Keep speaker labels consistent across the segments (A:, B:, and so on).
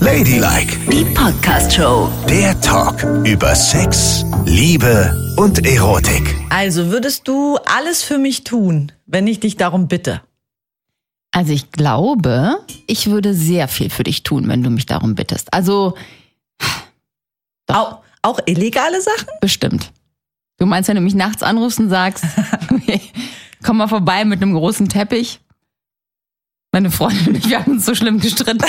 A: Ladylike,
B: Die Podcast-Show.
A: der Talk über Sex, Liebe und Erotik.
C: Also würdest du alles für mich tun, wenn ich dich darum bitte?
D: Also ich glaube, ich würde sehr viel für dich tun, wenn du mich darum bittest. Also
C: Au, auch illegale Sachen?
D: bestimmt. Du meinst, wenn du mich nachts anrufst und sagst, komm mal vorbei mit einem großen Teppich? Meine Freundin und ich, wir haben uns so schlimm gestritten,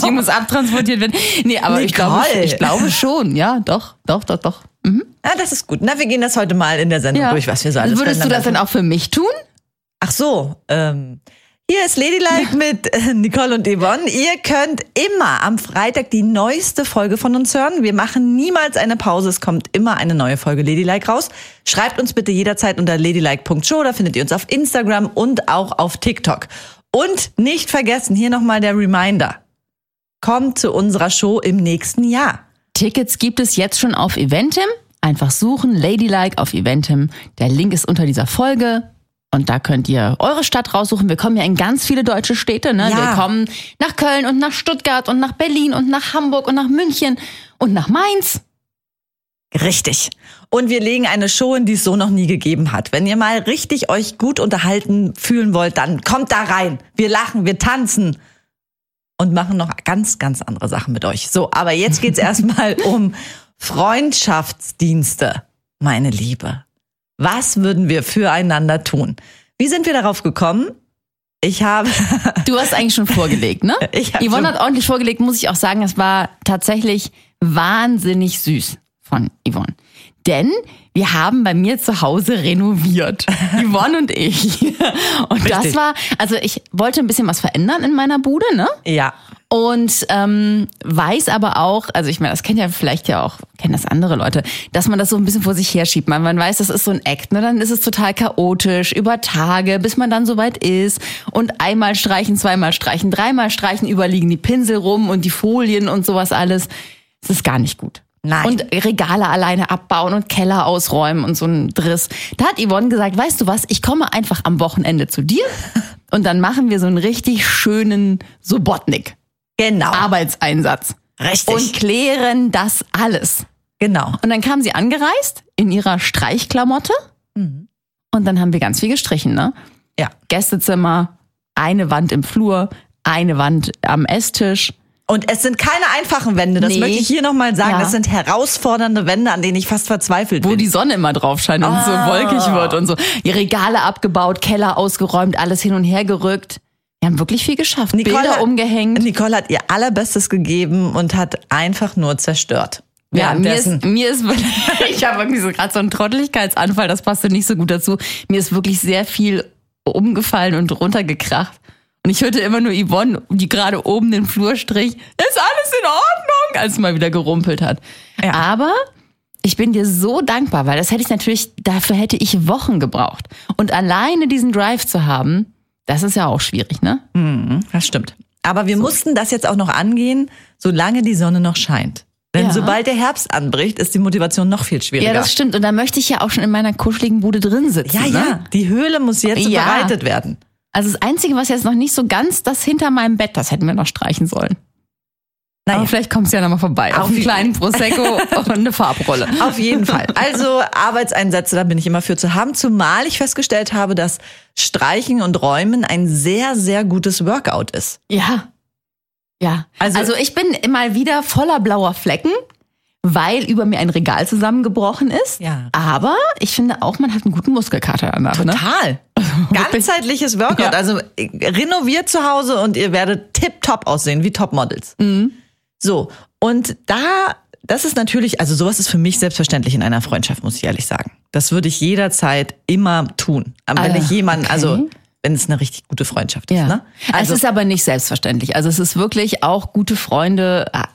D: sie muss abtransportiert werden. Nee, aber ich glaube,
C: Nicole.
D: ich glaube schon. Ja, doch, doch, doch, doch. Mhm.
C: Ah, das ist gut. Na, wir gehen das heute mal in der Sendung
D: Ja.
C: durch, was wir so alles
D: Würdest du das
C: miteinander
D: dann also auch für mich tun?
C: Ach so, ähm, hier ist Ladylike mit äh, Nicole und Yvonne. Ihr könnt immer am Freitag die neueste Folge von uns hören. Wir machen niemals eine Pause. Es kommt immer eine neue Folge Ladylike raus. Schreibt uns bitte jederzeit unter ladylike.show. Da findet ihr uns auf Instagram und auch auf TikTok. Und nicht vergessen, hier nochmal der Reminder. Kommt zu unserer Show im nächsten Jahr.
D: Tickets gibt es jetzt schon auf Eventim. Einfach suchen, Ladylike auf Eventim. Der Link ist unter dieser Folge. Und da könnt ihr eure Stadt raussuchen. Wir kommen ja in ganz viele deutsche Städte. Ne?
C: Ja.
D: Wir kommen nach Köln und nach Stuttgart und nach Berlin und nach Hamburg und nach München und nach Mainz.
C: Richtig. Und wir legen eine Show in, die es so noch nie gegeben hat. Wenn ihr mal richtig euch gut unterhalten fühlen wollt, dann kommt da rein. Wir lachen, wir tanzen und machen noch ganz, ganz andere Sachen mit euch. So, aber jetzt geht's erstmal um Freundschaftsdienste, meine Liebe. Was würden wir füreinander tun? Wie sind wir darauf gekommen? Ich habe
D: Du hast eigentlich schon vorgelegt, ne?
C: Ich hab schon-
D: Yvonne hat ordentlich vorgelegt, muss ich auch sagen. Es war tatsächlich wahnsinnig süß von Yvonne. Denn wir haben bei mir zu Hause renoviert. Yvonne und ich. Und das
C: Richtig.
D: war, also ich wollte ein bisschen was verändern in meiner Bude, ne?
C: ja
D: Und ähm, weiß aber auch, also ich meine, das kennt ja vielleicht ja auch, kennen das andere Leute, dass man das so ein bisschen vor sich herschiebt. Man, man weiß, das ist so ein Act, ne? Dann ist es total chaotisch über Tage, bis man dann soweit ist. Und einmal streichen, zweimal streichen, dreimal streichen, überliegen die Pinsel rum und die Folien und sowas alles. Es ist gar nicht gut.
C: Nein.
D: Und Regale alleine abbauen und Keller ausräumen und so ein Driss. Da hat Yvonne gesagt, weißt du was, ich komme einfach am Wochenende zu dir und dann machen wir so einen richtig schönen Subotnik.
C: genau
D: Arbeitseinsatz
C: richtig
D: und klären das alles.
C: genau
D: Und dann kam sie angereist in ihrer Streichklamotte und dann haben wir ganz viel gestrichen, ne?
C: ja
D: Gästezimmer, eine Wand im Flur, eine Wand am Esstisch.
C: Und es sind keine einfachen Wände, das
D: Nee.
C: möchte ich hier nochmal sagen.
D: Ja.
C: Das sind herausfordernde Wände, an denen ich fast verzweifelt
D: Wo
C: bin.
D: die Sonne immer drauf scheint und so wolkig wird und so. Die Regale abgebaut, Keller ausgeräumt, alles hin und her gerückt. Wir haben wirklich viel geschafft. Bilder umgehängt.
C: Nicole hat ihr allerbestes gegeben und hat einfach nur zerstört.
D: Ja, mir
C: Währenddessen-
D: ist, mir ist wirklich, ich habe irgendwie so gerade so einen Trotteligkeitsanfall, das passte nicht so gut dazu. Mir ist wirklich sehr viel umgefallen und runtergekracht. Und ich hörte immer nur Yvonne, die gerade oben den Flur strich, ist alles in Ordnung, als es mal wieder gerumpelt hat.
C: Ja.
D: Aber ich bin dir so dankbar, weil das hätte ich natürlich, dafür hätte ich Wochen gebraucht. Und alleine diesen Drive zu haben, das ist ja auch schwierig, ne?
C: das stimmt. Aber wir mussten das jetzt auch noch angehen, solange die Sonne noch scheint. Denn
D: Ja.
C: sobald der Herbst anbricht, ist die Motivation noch viel schwieriger.
D: Ja, das stimmt. Und da möchte ich ja auch schon in meiner kuscheligen Bude drin sitzen.
C: ja,
D: ne?
C: ja, die Höhle muss jetzt
D: Ja.
C: bereitet werden.
D: Also das Einzige, was jetzt noch nicht so ganz, das hinter meinem Bett, das hätten wir noch streichen sollen.
C: Naja.
D: Aber vielleicht kommst du ja nochmal vorbei.
C: Auf
D: Auf einen
C: jeden
D: kleinen Prosecco und eine Farbrolle.
C: Auf jeden Fall. Also Arbeitseinsätze, da bin ich immer für zu haben. Zumal ich festgestellt habe, dass Streichen und Räumen ein sehr, sehr gutes Workout ist.
D: Ja. Ja.
C: Also-
D: Also, also ich bin mal wieder voller blauer Flecken, weil über mir ein Regal zusammengebrochen ist.
C: Ja.
D: Aber ich finde auch, man hat einen guten Muskelkater danach. Ne?
C: Total. Ganzheitliches Workout.
D: Ja.
C: Also äh, renoviert zu Hause und ihr werdet tipptopp aussehen, wie Topmodels. So, und da, das ist natürlich, also sowas ist für mich selbstverständlich in einer Freundschaft, muss ich ehrlich sagen. Das würde ich jederzeit immer tun. Aber wenn
D: Ah,
C: ich jemanden,
D: okay.
C: also wenn es eine richtig gute Freundschaft ist, ne?
D: Also es ist aber nicht selbstverständlich. Also es ist wirklich auch gute Freunde. ah,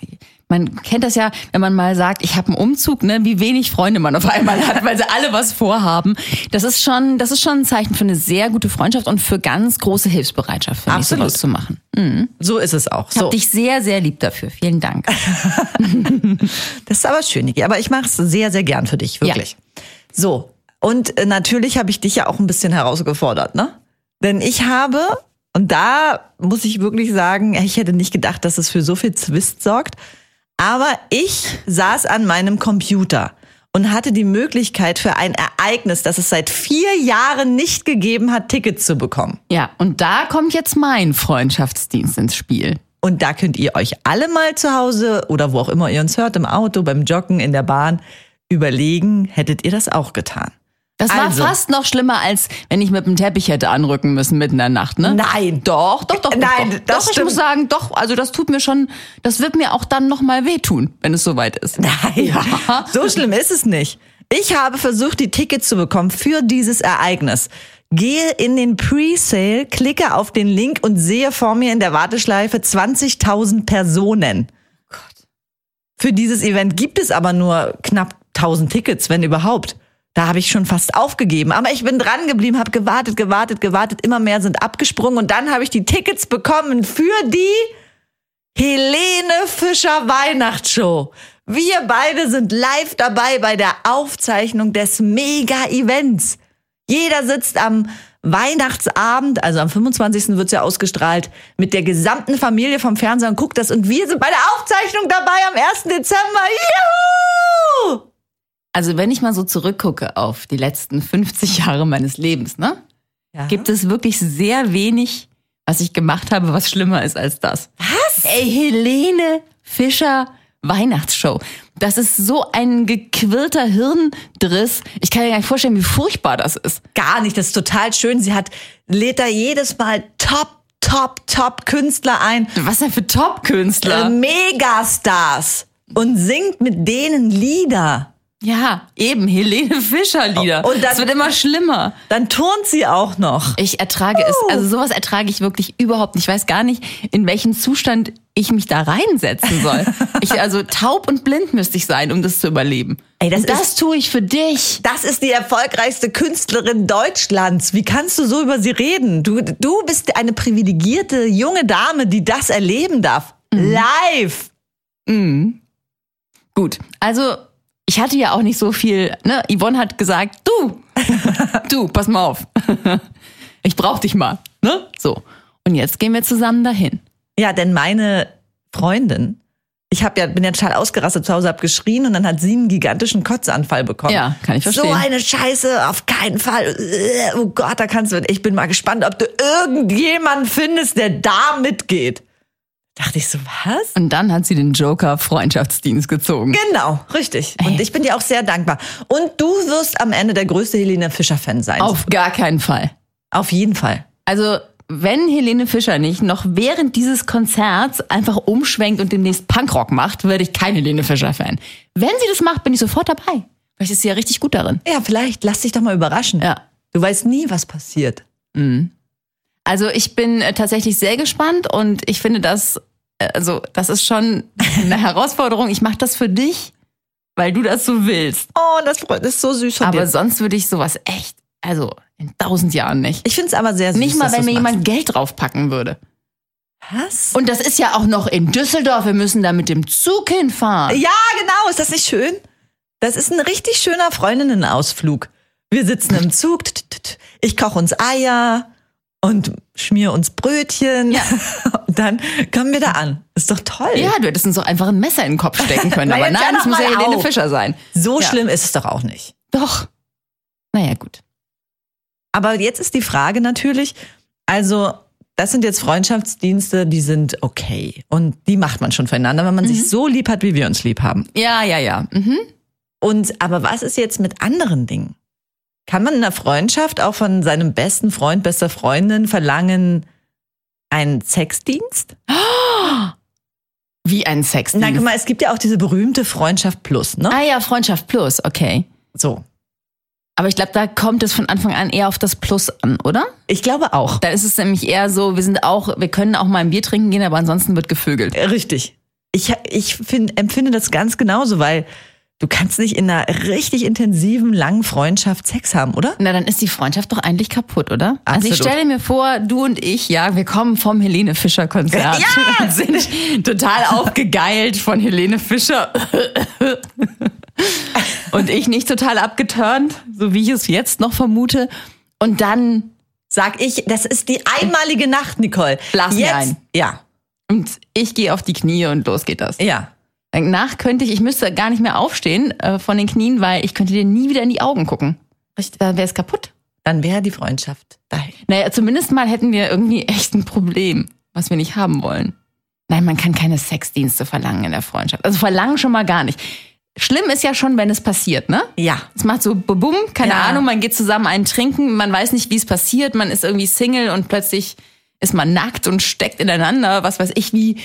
D: Man kennt das ja, wenn man mal sagt, ich habe einen Umzug, ne, wie wenig Freunde man auf einmal hat, weil sie alle was vorhaben. Das ist schon, das ist schon ein Zeichen für eine sehr gute Freundschaft und für ganz große Hilfsbereitschaft, finde ich,
C: Absolut.
D: sowas zu machen.
C: so ist es auch.
D: Ich
C: so.
D: habe dich sehr, sehr lieb dafür. Vielen Dank.
C: Das ist aber schön, Niki. Aber ich mache es sehr, sehr gern für dich, wirklich. So, und äh, natürlich habe ich dich ja auch ein bisschen herausgefordert, ne? Denn ich habe Und da muss ich wirklich sagen, ich hätte nicht gedacht, dass es für so viel Zwist sorgt. Aber ich saß an meinem Computer und hatte die Möglichkeit für ein Ereignis, das es seit vier Jahren nicht gegeben hat, Tickets zu bekommen.
D: Ja, und da kommt jetzt mein Freundschaftsdienst ins Spiel.
C: Und da könnt ihr euch alle mal zu Hause oder wo auch immer ihr uns hört, im Auto, beim Joggen, in der Bahn, überlegen, hättet ihr das auch getan?
D: Das war
C: Also.
D: fast noch schlimmer, als wenn ich mit dem Teppich hätte anrücken müssen mitten in der Nacht, ne?
C: Nein,
D: Doch, doch, doch.
C: Nein,
D: doch,
C: das
D: doch, ich
C: stimmt.
D: muss sagen, doch, also das tut mir schon, das wird mir auch dann nochmal wehtun, wenn es soweit ist.
C: Nein,
D: Ja.
C: so schlimm ist es nicht. Ich habe versucht, die Tickets zu bekommen für dieses Ereignis. Gehe in den Presale, klicke auf den Link und sehe vor mir in der Warteschleife 20.000 Personen. Für dieses Event gibt es aber nur knapp 1000 Tickets, wenn überhaupt. Da habe ich schon fast aufgegeben. Aber ich bin dran geblieben, habe gewartet, gewartet, gewartet. Immer mehr sind abgesprungen und dann habe ich die Tickets bekommen für die Helene Fischer Weihnachtsshow. Wir beide sind live dabei bei der Aufzeichnung des Mega-Events. Jeder sitzt am Weihnachtsabend, also am 25. wird's ja ausgestrahlt, mit der gesamten Familie vom Fernseher und guckt das. Und wir sind bei der Aufzeichnung dabei am 1. Dezember. Juhu!
D: Also wenn ich mal so zurückgucke auf die letzten 50 Jahre meines Lebens, ne?
C: Ja.
D: Gibt es wirklich sehr wenig, was ich gemacht habe, was schlimmer ist als das. Was? Ey, Helene Fischer Weihnachtsshow. Das ist so ein gequirlter Hirndriss. Ich kann mir gar nicht vorstellen, wie furchtbar das ist.
C: Gar nicht, das ist total schön. Sie hat, lädt da jedes Mal top, top, top Künstler ein.
D: Was denn für Top-Künstler?
C: äh, Megastars und singt mit denen Lieder.
D: ja, eben Helene Fischer Lieder.
C: Oh, Und dann-
D: das wird immer schlimmer.
C: Dann turnt sie auch noch.
D: Ich ertrage es.
C: Oh.
D: Also sowas ertrage ich wirklich überhaupt nicht. Ich weiß gar nicht, in welchen Zustand ich mich da reinsetzen soll. ich, also taub und blind müsste ich sein, um das zu überleben.
C: Ey, das
D: und das
C: ist-
D: tue ich für dich.
C: Das ist die erfolgreichste Künstlerin Deutschlands. Wie kannst du so über sie reden? Du, du bist eine privilegierte junge Dame, die das erleben darf. Live.
D: Gut, also ich hatte ja auch nicht so viel. Ne? Yvonne hat gesagt, du, du, pass mal auf. ich brauch dich mal. Ne? So. Und jetzt gehen wir zusammen dahin.
C: Ja, denn meine Freundin, ich hab ja, bin ja total ausgerastet zu Hause, hab geschrien und dann hat sie einen gigantischen Kotzanfall bekommen.
D: Ja, kann ich verstehen.
C: So eine Scheiße, auf keinen Fall. Äh, Oh Gott, da kannst du, ich bin mal gespannt, ob du irgendjemanden findest, der da mitgeht. Dachte ich so, was?
D: Und dann hat sie den Joker Freundschaftsdienst gezogen.
C: Genau, richtig. Und
D: Ey.
C: ich bin dir auch sehr dankbar. Und du wirst am Ende der größte Helene Fischer-Fan sein.
D: Auf gar keinen Fall.
C: Auf jeden Fall.
D: Also, wenn Helene Fischer nicht noch während dieses Konzerts einfach umschwenkt und demnächst Punkrock macht, werde ich kein Helene Fischer-Fan. Wenn sie das macht, bin ich sofort dabei. Vielleicht ist sie ja richtig gut darin.
C: Ja, vielleicht. Lass dich doch mal überraschen.
D: Ja.
C: Du weißt nie, was passiert.
D: Also, ich bin äh, tatsächlich sehr gespannt und ich finde das, äh, also, das ist schon eine Herausforderung. Ich mache das für dich, weil du das so willst.
C: Oh, das, freut- das ist so süß von
D: Aber
C: dir.
D: sonst würde ich sowas echt, also, in tausend Jahren nicht.
C: Ich finde es aber sehr süß.
D: Nicht mal,
C: dass
D: wenn mir
C: du's machst.
D: jemand Geld draufpacken würde.
C: Was?
D: Und das ist ja auch noch in Düsseldorf. Wir müssen da mit dem Zug hinfahren.
C: Ja, genau. Ist das nicht schön? Das ist ein richtig schöner Freundinnenausflug. Wir sitzen im Zug. t- t- t- Ich koche uns Eier und schmier uns Brötchen.
D: Ja.
C: Und dann kommen wir da an. Ist doch toll.
D: Ja, du hättest uns doch einfach ein Messer in den Kopf stecken können.
C: Na,
D: aber
C: jetzt
D: nein,
C: hör
D: es
C: doch
D: muss ja
C: mal
D: Helene
C: auf.
D: Fischer sein.
C: So
D: Ja.
C: schlimm ist es doch auch nicht.
D: Doch. Naja, gut.
C: Aber jetzt ist die Frage natürlich, also das sind jetzt Freundschaftsdienste, die sind okay. Und die macht man schon füreinander, wenn man
D: Mhm.
C: sich so lieb hat, wie wir uns lieb haben.
D: Ja, ja, ja. Mhm.
C: Und aber was ist jetzt mit anderen Dingen? Kann man in einer Freundschaft auch von seinem besten Freund, bester Freundin verlangen einen Sexdienst?
D: Wie ein Sex.
C: Na, guck mal, es gibt ja auch diese berühmte Freundschaft Plus, ne?
D: Ah ja, Freundschaft plus, okay.
C: So.
D: Aber ich glaube, da kommt es von Anfang an eher auf das Plus an, oder?
C: Ich glaube auch.
D: Da ist es nämlich eher so, wir sind auch, wir können auch mal ein Bier trinken gehen, aber ansonsten wird gevögelt.
C: Richtig. Ich, ich find, empfinde das ganz genauso, weil du kannst nicht in einer richtig intensiven, langen Freundschaft Sex haben, oder?
D: Na, dann ist die Freundschaft doch eigentlich kaputt, oder? Also ich
C: Absolut.
D: stelle mir vor, du und ich, ja, wir kommen vom Helene Fischer Konzert
C: Ja!
D: und sind total aufgegeilt von Helene Fischer. und ich nicht total abgeturnt, so wie ich es jetzt noch vermute. Und dann
C: Sag ich, das ist die einmalige Nacht, Nicole.
D: Lass mir
C: Jetzt,
D: ein.
C: Ja,
D: Und ich gehe auf die Knie und los geht das.
C: ja.
D: Danach könnte ich, ich müsste gar nicht mehr aufstehen äh, von den Knien, weil ich könnte dir nie wieder in die Augen gucken. Richtig. Dann wäre es kaputt.
C: Dann wäre die Freundschaft dahin.
D: Naja, zumindest mal hätten wir irgendwie echt ein Problem, was wir nicht haben wollen. Nein, man kann keine Sexdienste verlangen in der Freundschaft. Also verlangen schon mal gar nicht. Schlimm ist ja schon, wenn es passiert, ne?
C: Ja.
D: Es macht so bum, keine
C: Ja.
D: Ahnung, man geht zusammen einen trinken, man weiß nicht, wie es passiert, man ist irgendwie Single und plötzlich ist man nackt und steckt ineinander, was weiß ich wie.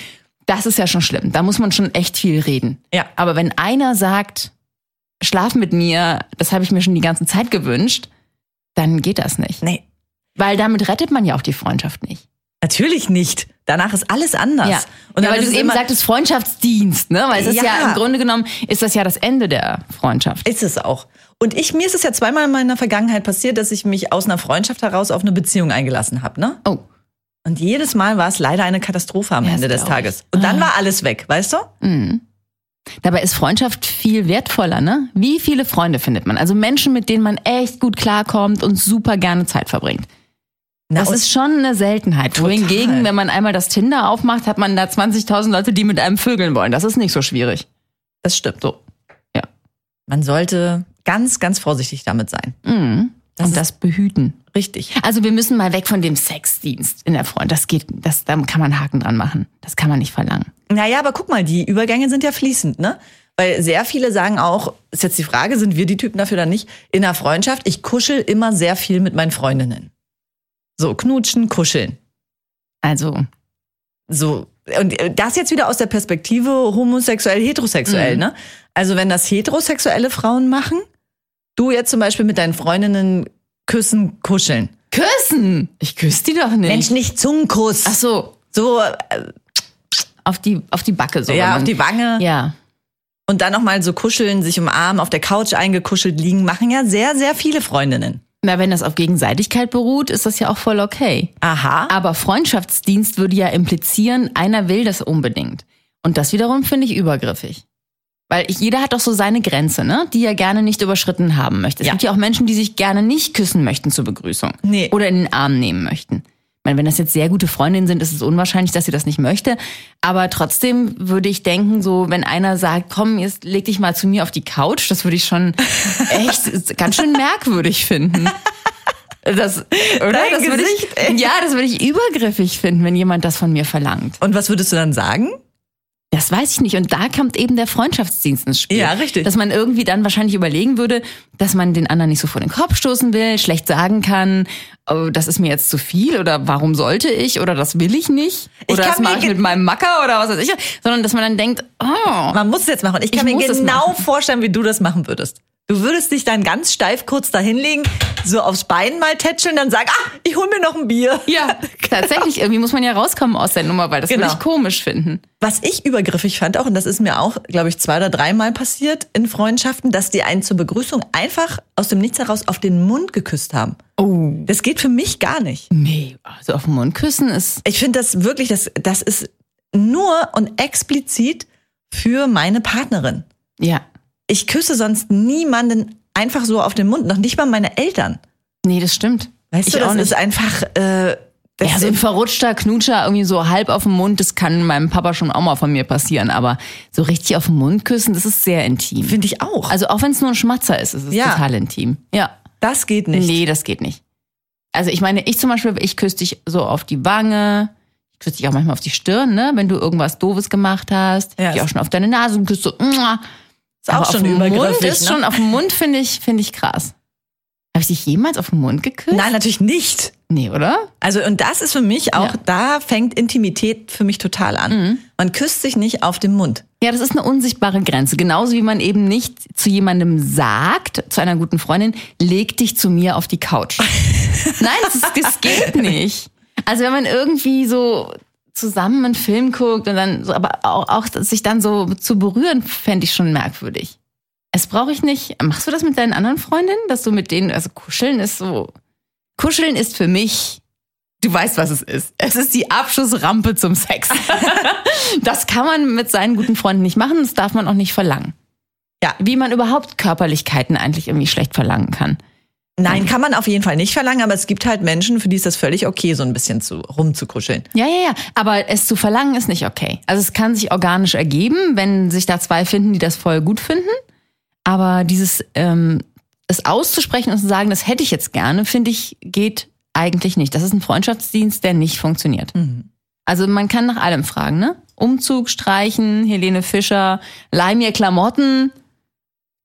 D: Das ist ja schon schlimm. Da muss man schon echt viel reden.
C: Ja.
D: Aber wenn einer sagt, schlaf mit mir, das habe ich mir schon die ganze Zeit gewünscht, dann geht das nicht.
C: Nee,
D: Weil damit rettet man ja auch die Freundschaft nicht.
C: natürlich nicht. Danach ist alles anders.
D: Ja.
C: Und
D: Und
C: dann
D: ja, weil
C: ist
D: du
C: es
D: eben
C: immer,
D: sagtest Freundschaftsdienst, ne? Weil es ist ja.
C: Ja.
D: im Grunde genommen ist das ja das Ende der Freundschaft.
C: ist es auch. Und ich, mir ist es ja zweimal in meiner Vergangenheit passiert, dass ich mich aus einer Freundschaft heraus auf eine Beziehung eingelassen habe, ne?
D: Oh,
C: Und jedes Mal war es leider eine Katastrophe am
D: Ja, das
C: Ende des
D: glaub ich. Ah.
C: Tages. Und dann war alles weg, weißt du?
D: Mhm. Dabei ist Freundschaft viel wertvoller, ne? Wie viele Freunde findet man? Also Menschen, mit denen man echt gut klarkommt und super gerne Zeit verbringt.
C: Na,
D: Das
C: und-
D: ist schon eine Seltenheit. Wohingegen, wenn man einmal das Tinder aufmacht, hat man da 20.000 Leute, die mit einem vögeln wollen. Das ist nicht so schwierig.
C: das stimmt.
D: So. Ja.
C: Man sollte ganz, ganz vorsichtig damit sein.
D: Mhm.
C: Das ist-
D: und das behüten.
C: Richtig.
D: Also wir müssen mal weg von dem Sexdienst in der Freundschaft. Das geht, das, da kann man Haken dran machen. Das kann man nicht verlangen.
C: Naja, aber guck mal, die Übergänge sind ja fließend, ne? Weil sehr viele sagen auch, ist jetzt die Frage, sind wir die Typen dafür oder nicht? In der Freundschaft, ich kuschel immer sehr viel mit meinen Freundinnen. So, knutschen, kuscheln.
D: Also,
C: So, und äh, das jetzt wieder aus der Perspektive homosexuell, heterosexuell,
D: Mhm.
C: ne? Also, wenn das heterosexuelle Frauen machen, du jetzt zum Beispiel mit deinen Freundinnen küssen, kuscheln.
D: küssen! Ich küsse die doch nicht.
C: Mensch, nicht Zungenkuss.
D: Ach so,
C: so, äh,
D: auf die, auf die Backe so. wenn
C: ja, auf
D: man-
C: die Wange.
D: Ja.
C: Und dann nochmal so kuscheln, sich umarmen, auf der Couch eingekuschelt liegen, machen ja sehr, sehr viele Freundinnen.
D: Na, wenn das auf Gegenseitigkeit beruht, ist das ja auch voll okay.
C: Aha.
D: Aber Freundschaftsdienst würde ja implizieren, einer will das unbedingt. Und das wiederum finde ich übergriffig. Weil ich, jeder hat doch so seine Grenze, ne? die er gerne nicht überschritten haben möchte. Es
C: Ja.
D: gibt ja auch Menschen, die sich gerne nicht küssen möchten zur Begrüßung.
C: Nee.
D: Oder in den Arm nehmen möchten. Ich meine, wenn das jetzt sehr gute Freundinnen sind, ist es unwahrscheinlich, dass sie das nicht möchte. Aber trotzdem würde ich denken, so, wenn einer sagt, komm, jetzt leg dich mal zu mir auf die Couch, das würde ich schon echt ganz schön merkwürdig finden. Das, oder?
C: Dein
D: das würde ich,
C: Gesicht, ey.
D: ja, das würde ich übergriffig finden, wenn jemand das von mir verlangt.
C: Und was würdest du dann sagen?
D: Das weiß ich nicht. Und da kommt eben der Freundschaftsdienst ins Spiel.
C: Ja, richtig.
D: Dass man irgendwie dann wahrscheinlich überlegen würde, dass man den anderen nicht so vor den Kopf stoßen will, schlecht sagen kann, oh, das ist mir jetzt zu viel oder warum sollte ich oder das will ich nicht
C: Ich
D: oder
C: kann
D: das
C: mir
D: mache ich
C: ge-
D: mit meinem Macker oder was weiß ich. Sondern dass man dann denkt, oh,
C: Man muss es jetzt machen. Ich kann
D: Ich muss
C: mir
D: es
C: genau
D: machen.
C: vorstellen, wie du das machen würdest. Du würdest dich dann ganz steif kurz dahinlegen, so aufs Bein mal tätscheln, dann sagen, ah, ich hol mir noch ein Bier.
D: ja, tatsächlich, irgendwie muss man ja rauskommen aus der Nummer, weil das
C: Genau.
D: würde ich komisch finden.
C: Was ich übergriffig fand auch, und das ist mir auch, glaube ich, zwei oder dreimal passiert in Freundschaften, dass die einen zur Begrüßung einfach aus dem Nichts heraus auf den Mund geküsst haben.
D: Oh.
C: Das geht für mich gar nicht.
D: Nee, also auf den Mund küssen ist
C: Ich finde das wirklich, das, das ist nur und explizit für meine Partnerin.
D: Ja.
C: Ich küsse sonst niemanden einfach so auf den Mund, noch nicht mal meine Eltern.
D: Nee, das stimmt.
C: Weißt
D: ich
C: du, das
D: auch
C: ist
D: nicht.
C: einfach. Äh, das
D: Ja, so ein verrutschter Knutscher, irgendwie so halb auf dem Mund, das kann meinem Papa schon auch mal von mir passieren. Aber so richtig auf den Mund küssen, das ist sehr intim.
C: finde ich auch.
D: Also auch wenn es nur ein Schmatzer ist, ist es
C: Ja.
D: total intim. Ja.
C: das geht nicht.
D: Nee, das geht nicht. Also ich meine, ich zum Beispiel, ich küsse dich so auf die Wange, ich küsse dich auch manchmal auf die Stirn, ne? Wenn du irgendwas Doofes gemacht hast,
C: Ja,
D: ich geh
C: ist-
D: auch schon auf deine Nase und küsse so. Mua.
C: Ist auch
D: Aber
C: schon
D: auf den Mund
C: übergriffig,
D: ist
C: ne?
D: schon auf den Mund finde ich finde ich krass. Habe ich dich jemals auf den Mund geküsst?
C: Nein, natürlich nicht.
D: Nee, oder?
C: Also und das ist für mich auch,
D: Ja. Mhm.
C: da fängt Intimität für mich total an. Man küsst sich nicht auf den Mund.
D: Ja, das ist eine unsichtbare Grenze. Genauso wie man eben nicht zu jemandem sagt, zu einer guten Freundin, leg dich zu mir auf die Couch. Nein, das, ist, das geht nicht. Also wenn man irgendwie so zusammen einen Film guckt und dann, so, aber auch, auch sich dann so zu berühren, fände ich schon merkwürdig. Es brauche ich nicht. Machst du das mit deinen anderen Freundinnen, dass du mit denen, also kuscheln ist so, kuscheln ist für mich, du weißt, was es ist. Es ist die Abschussrampe zum Sex. Das kann man mit seinen guten Freunden nicht machen, das darf man auch nicht verlangen.
C: Ja.
D: Wie man überhaupt Körperlichkeiten eigentlich irgendwie schlecht verlangen kann.
C: Nein, kann man auf jeden Fall nicht verlangen, aber es gibt halt Menschen, für die ist das völlig okay, so ein bisschen zu, rumzukuscheln.
D: Ja, ja, ja. Aber es zu verlangen ist nicht okay. Also es kann sich organisch ergeben, wenn sich da zwei finden, die das voll gut finden. Aber dieses ähm, es auszusprechen und zu sagen, das hätte ich jetzt gerne, finde ich, geht eigentlich nicht. Das ist ein Freundschaftsdienst, der nicht funktioniert. Also man kann nach allem fragen, ne? Umzug streichen, Helene Fischer, leih mir Klamotten,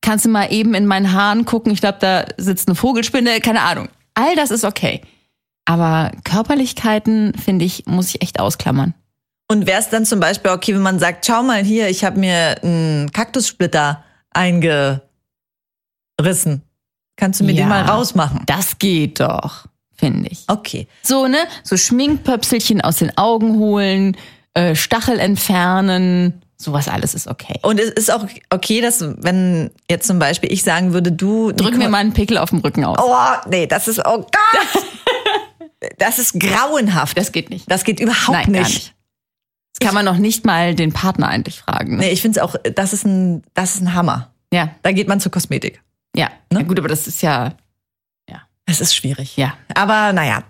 D: kannst du mal eben in meinen Haaren gucken, ich glaube, da sitzt eine Vogelspinne, keine Ahnung. All das ist okay. Aber Körperlichkeiten, finde ich, muss ich echt ausklammern.
C: Und wäre es dann zum Beispiel okay, wenn man sagt, schau mal hier, ich habe mir einen Kaktussplitter eingerissen. Kannst du mir
D: Ja.
C: den mal rausmachen?
D: Das geht doch, finde ich.
C: Okay.
D: So, ne? So Schminkpöpselchen aus den Augen holen, äh, Stachel entfernen, sowas alles ist okay.
C: Und es ist auch okay, dass wenn jetzt zum Beispiel ich sagen würde, du
D: Drück mir mal einen Pickel auf dem Rücken aus.
C: Oh, nee, das ist oh Gott. das ist grauenhaft. Das,
D: Das geht nicht.
C: das geht überhaupt
D: Nein,
C: nicht.
D: gar nicht. Das kann man noch nicht mal den Partner eigentlich fragen. Ne?
C: Nee, ich finde es auch, das ist ein, das ist ein Hammer.
D: Ja,
C: Da geht man zur Kosmetik.
D: ja. Na gut, aber das ist ja,
C: Es ist schwierig.
D: ja.
C: Aber naja,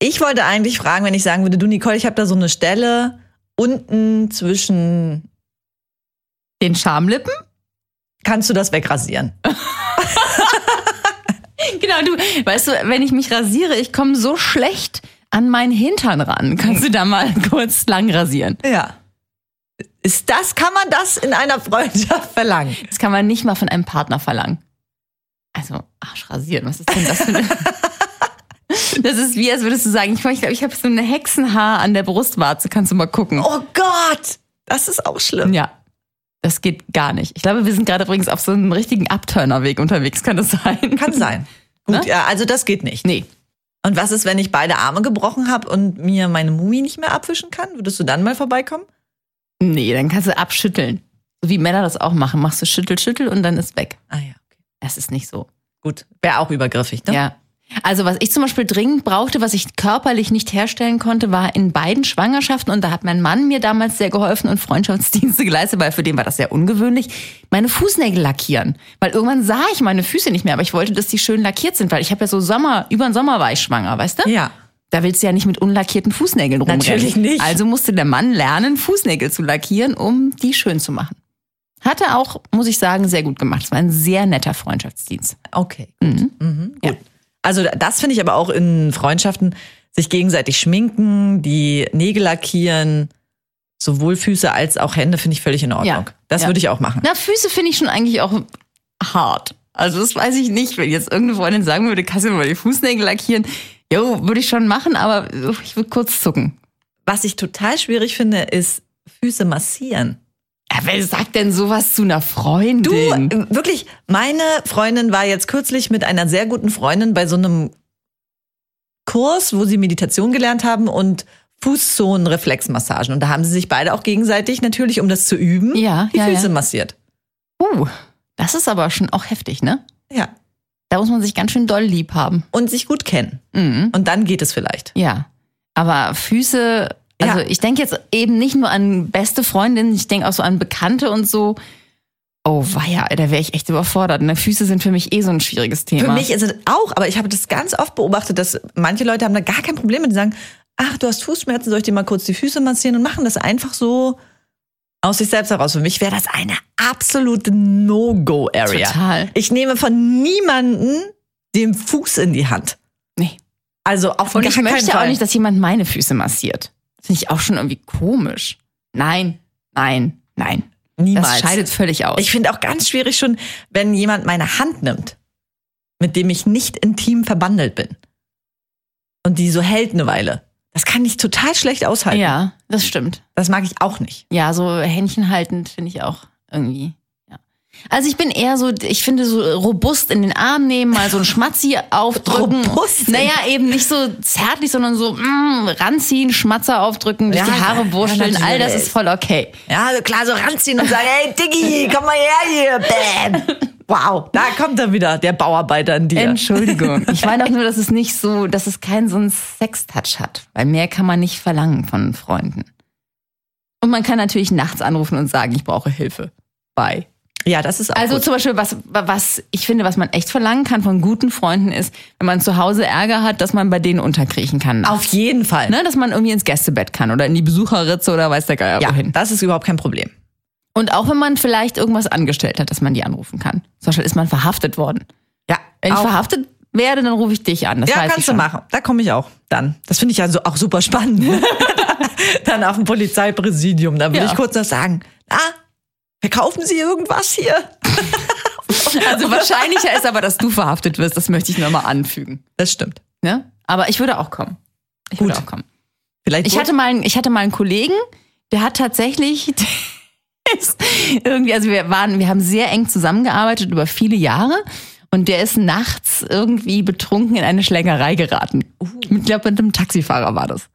C: ich wollte eigentlich fragen, wenn ich sagen würde, du Nicole, ich habe da so eine Stelle unten zwischen,
D: Den Schamlippen?
C: kannst du das wegrasieren?
D: Genau, du, weißt du, wenn ich mich rasiere, ich komme so schlecht an meinen Hintern ran. Kannst du da mal kurz lang rasieren?
C: Ja. Ist das, kann man das in einer Freundschaft verlangen?
D: Das kann man nicht mal von einem Partner verlangen. Also, Arsch rasieren, was ist denn das für eine... Das ist wie, als würdest du sagen, ich glaube, ich, glaub, ich habe so eine Hexenhaar an der Brustwarze, kannst du mal gucken.
C: Oh Gott, das ist auch schlimm.
D: Ja, das geht gar nicht. Ich glaube, wir sind gerade übrigens auf so einem richtigen Abturnerweg unterwegs, kann das sein?
C: Kann sein. Gut, ja, also das geht nicht.
D: Ne? Nee,
C: Und was ist, wenn ich beide Arme gebrochen habe und mir meine Mumie nicht mehr abwischen kann? Würdest du dann mal vorbeikommen?
D: nee, dann kannst du abschütteln. So wie Männer das auch machen. Machst du schüttel, schüttel und dann ist weg.
C: Ah ja, okay.
D: Das ist nicht so.
C: Gut, wäre auch übergriffig, ne?
D: Ja. Also was ich zum Beispiel dringend brauchte, was ich körperlich nicht herstellen konnte, war in beiden Schwangerschaften und da hat mein Mann mir damals sehr geholfen und Freundschaftsdienste geleistet, weil für den war das sehr ungewöhnlich, meine Fußnägel lackieren. Weil irgendwann sah ich meine Füße nicht mehr, aber ich wollte, dass die schön lackiert sind, weil ich habe ja so Sommer, über den Sommer war ich schwanger, weißt du?
C: Ja.
D: Da willst du ja nicht mit unlackierten Fußnägeln rumrennen.
C: Natürlich nicht.
D: Also musste der Mann lernen, Fußnägel zu lackieren, um die schön zu machen. Hat er auch, muss ich sagen, sehr gut gemacht. Es war ein sehr netter Freundschaftsdienst.
C: Okay. Gut. Mhm. gut.
D: Ja.
C: Also das finde ich aber auch in Freundschaften, sich gegenseitig schminken, die Nägel lackieren, sowohl Füße als auch Hände, finde ich völlig in Ordnung.
D: Ja.
C: Das
D: Ja.
C: würde ich auch machen.
D: Na, Füße finde ich schon eigentlich auch hart. Also das weiß ich nicht, wenn jetzt irgendeine Freundin sagen würde, kannst du mir mal die Fußnägel lackieren? Jo, würde ich schon machen, aber ich würde kurz zucken.
C: Was ich total schwierig finde, ist Füße massieren.
D: Ja, wer sagt denn sowas zu einer Freundin?
C: Du, äh, wirklich, meine Freundin war jetzt kürzlich mit einer sehr guten Freundin bei so einem Kurs, wo sie Meditation gelernt haben und Fußzonenreflexmassagen. Und da haben sie sich beide auch gegenseitig natürlich, um das zu üben,
D: Ja,
C: die
D: ja,
C: Füße
D: ja.
C: massiert.
D: Uh, das ist aber schon auch heftig, ne?
C: Ja.
D: Da muss man sich ganz schön doll lieb haben.
C: Und sich gut kennen.
D: Mhm.
C: Und dann geht es vielleicht.
D: Ja. Aber Füße, also
C: Ja.
D: ich denke jetzt eben nicht nur an beste Freundinnen, ich denke auch so an Bekannte und so. Oh, weia, da wäre ich echt überfordert. Ne? Füße sind für mich eh so ein schwieriges Thema.
C: Für mich ist es auch, aber ich habe das ganz oft beobachtet, dass manche Leute haben da gar kein Problem mit. Die sagen, ach, du hast Fußschmerzen, soll ich dir mal kurz die Füße massieren und machen das einfach so aus sich selbst heraus. Für mich wäre das eine absolute No-Go-Area.
D: Total.
C: Ich nehme von niemanden den Fuß in die Hand.
D: Nee.
C: Also auf
D: Und
C: gar
D: ich
C: keinen
D: möchte
C: Fall.
D: auch nicht, dass jemand meine Füße massiert. Finde ich auch schon irgendwie komisch. Nein, nein, nein. Das
C: Niemals.
D: scheidet völlig aus.
C: ich finde auch ganz schwierig schon, wenn jemand meine Hand nimmt, mit dem ich nicht intim verbandelt bin und die so hält eine Weile. Das kann ich total schlecht aushalten.
D: ja, das stimmt.
C: Das mag ich auch nicht.
D: Ja, so Händchen haltend finde ich auch irgendwie. Ja. Also ich bin eher so, ich finde so robust in den Arm nehmen, mal so ein Schmatzi aufdrücken.
C: Robust?
D: Naja, eben nicht so zärtlich, sondern so mm, ranziehen, Schmatzer aufdrücken, durch
C: Ja,
D: die Haare
C: ja,
D: wursteln. All das
C: natürlich.
D: ist voll okay.
C: Ja, also klar, so ranziehen und sagen, hey Diggi, komm mal her hier. Bam. Wow, da kommt dann wieder der Bauarbeiter in dir.
D: Entschuldigung. Ich meine auch nur, dass es nicht so, dass es keinen so einen Sextouch hat. Weil mehr kann man nicht verlangen von Freunden. Und man kann natürlich nachts anrufen und sagen, ich brauche Hilfe. Bye.
C: Ja, das ist auch
D: Also
C: gut.
D: zum Beispiel, was, was ich finde, was man echt verlangen kann von guten Freunden ist, wenn man zu Hause Ärger hat, dass man bei denen unterkriechen kann.
C: auf jeden Fall.
D: Ne, dass man irgendwie ins Gästebett kann oder in die Besucherritze oder weiß der Geier
C: Ja,
D: wohin.
C: das ist überhaupt kein Problem.
D: Und auch wenn man vielleicht irgendwas angestellt hat, dass man die anrufen kann. Zum Beispiel ist man verhaftet worden.
C: Ja,
D: Wenn ich
C: auch.
D: verhaftet werde, dann rufe ich dich an. Das
C: ja,
D: weiß ich
C: kannst du
D: schon.
C: machen. Da komme ich auch dann. Das finde ich ja so, auch super spannend. dann auf dem Polizeipräsidium. Da will
D: Ja.
C: ich kurz noch sagen, ah, verkaufen Sie irgendwas hier?
D: Also wahrscheinlicher ist aber, dass du verhaftet wirst. Das möchte ich nur mal anfügen.
C: Das stimmt.
D: Ne? Aber ich würde auch kommen. Ich würde
C: Gut.
D: auch kommen.
C: Vielleicht
D: Ich hatte mal, einen- ich hatte mal einen Kollegen, der hat tatsächlich ist irgendwie, also wir waren, wir haben sehr eng zusammengearbeitet über viele Jahre und der ist nachts irgendwie betrunken in eine Schlägerei geraten. Ich glaube, mit einem Taxifahrer war das.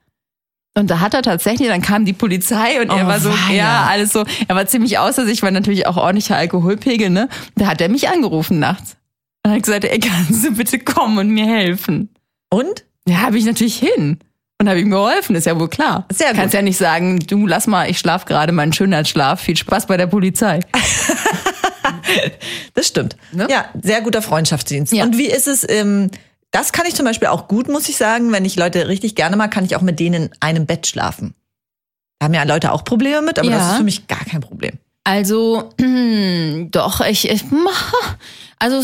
D: Und da hat er tatsächlich, dann kam die Polizei und er
C: Oh,
D: war so,
C: weia.
D: ja, alles so, er war ziemlich außer sich, war natürlich auch ordentlicher Alkoholpegel, ne? Da hat er mich angerufen nachts. Und hat gesagt, ey, kannst du bitte kommen und mir helfen?
C: Und?
D: Ja, habe ich natürlich hin und habe ihm geholfen, ist ja wohl klar.
C: Sehr gut.
D: Kannst ja nicht sagen, du lass mal, ich schlaf gerade meinen Schönheitsschlaf, viel Spaß bei der Polizei.
C: Das stimmt.
D: Ne?
C: Ja, sehr guter Freundschaftsdienst.
D: Ja.
C: Und wie ist es, ähm, das kann ich zum Beispiel auch gut, muss ich sagen, wenn ich Leute richtig gerne mag, kann ich auch mit denen in einem Bett schlafen. Da haben ja Leute auch Probleme mit, aber das
D: Ja.
C: ist für mich gar kein Problem.
D: Also, doch, ich, ich also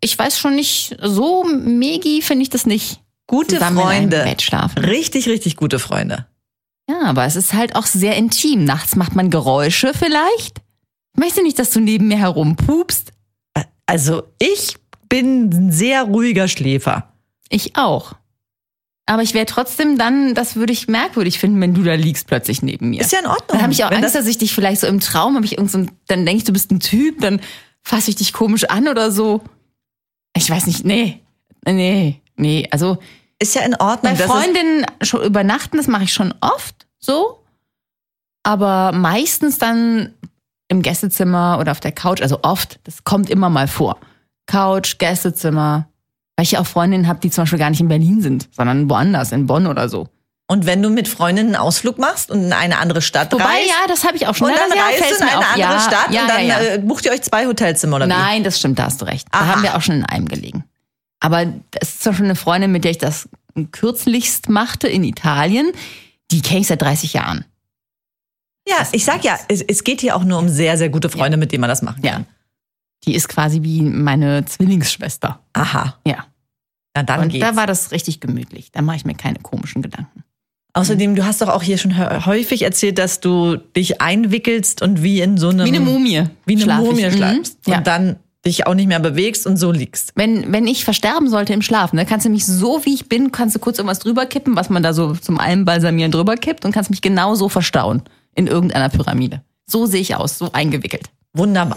D: ich weiß schon nicht, so megi finde ich das nicht.
C: Gute Freunde.
D: schlafen.
C: Richtig, richtig gute Freunde.
D: Ja, aber es ist halt auch sehr intim. Nachts macht man Geräusche vielleicht. Ich möchte nicht, dass du neben mir herumpupst.
C: Also ich bin ein sehr ruhiger Schläfer.
D: Ich auch. Aber ich wäre trotzdem dann, das würde ich merkwürdig finden, wenn du da liegst plötzlich neben mir.
C: Ist ja in Ordnung.
D: Dann habe ich auch
C: Wenn
D: Angst, dass ich dich vielleicht so im Traum habe ich irgend so ein, dann denke ich, du bist ein Typ, dann fasse ich dich komisch an oder so. Ich weiß nicht, nee. Nee, nee. Also
C: das ist ja in
D: bei
C: Ordnung. Das ist,
D: Freundinnen schon übernachten, das mache ich schon oft so. Aber meistens dann im Gästezimmer oder auf der Couch, also oft, das kommt immer mal vor. Couch, Gästezimmer. Weil ich ja auch Freundinnen habe, die zum Beispiel gar nicht in Berlin sind, sondern woanders, in Bonn oder so.
C: und wenn du mit Freundinnen einen Ausflug machst und in eine andere Stadt
D: Wobei,
C: reist,
D: ja, das habe ich auch schon.
C: und
D: Ja,
C: dann
D: das- ja,
C: reist
D: fällt's
C: du in
D: mir
C: eine
D: auf.
C: andere
D: ja,
C: Stadt
D: ja,
C: und dann
D: ja, ja.
C: Äh, bucht ihr euch zwei Hotelzimmer oder wie?
D: Nein, das stimmt, da hast du recht. Da
C: Aha.
D: haben wir auch schon in einem gelegen. Aber es ist zwar schon eine Freundin, mit der ich das kürzlichst machte in Italien. Die kenne ich seit 30 Jahren.
C: Ja, ich sag ja, es, es geht hier auch nur um sehr, sehr gute Freunde, mit denen man das machen kann.
D: Ja. Die ist quasi wie meine Zwillingsschwester.
C: Aha,
D: Ja.
C: na dann
D: Und
C: geht's.
D: da war das richtig gemütlich. Da mache ich mir keine komischen Gedanken.
C: Außerdem, du hast doch auch hier schon hä- häufig erzählt, dass du dich einwickelst und wie in so einem
D: Ähm, Wie eine Mumie.
C: wie eine
D: schlaf ich.
C: Mumie
D: Mhm.
C: schleifst
D: Ja.
C: und dann dich auch nicht mehr bewegst und so liegst.
D: Wenn, wenn ich versterben sollte im Schlaf, ne, kannst du mich so, wie ich bin, kannst du kurz irgendwas drüber kippen, was man da so zum Almbalsamieren drüber kippt und kannst mich genau so verstauen in irgendeiner Pyramide. So sehe ich aus, so eingewickelt.
C: Wunderbar.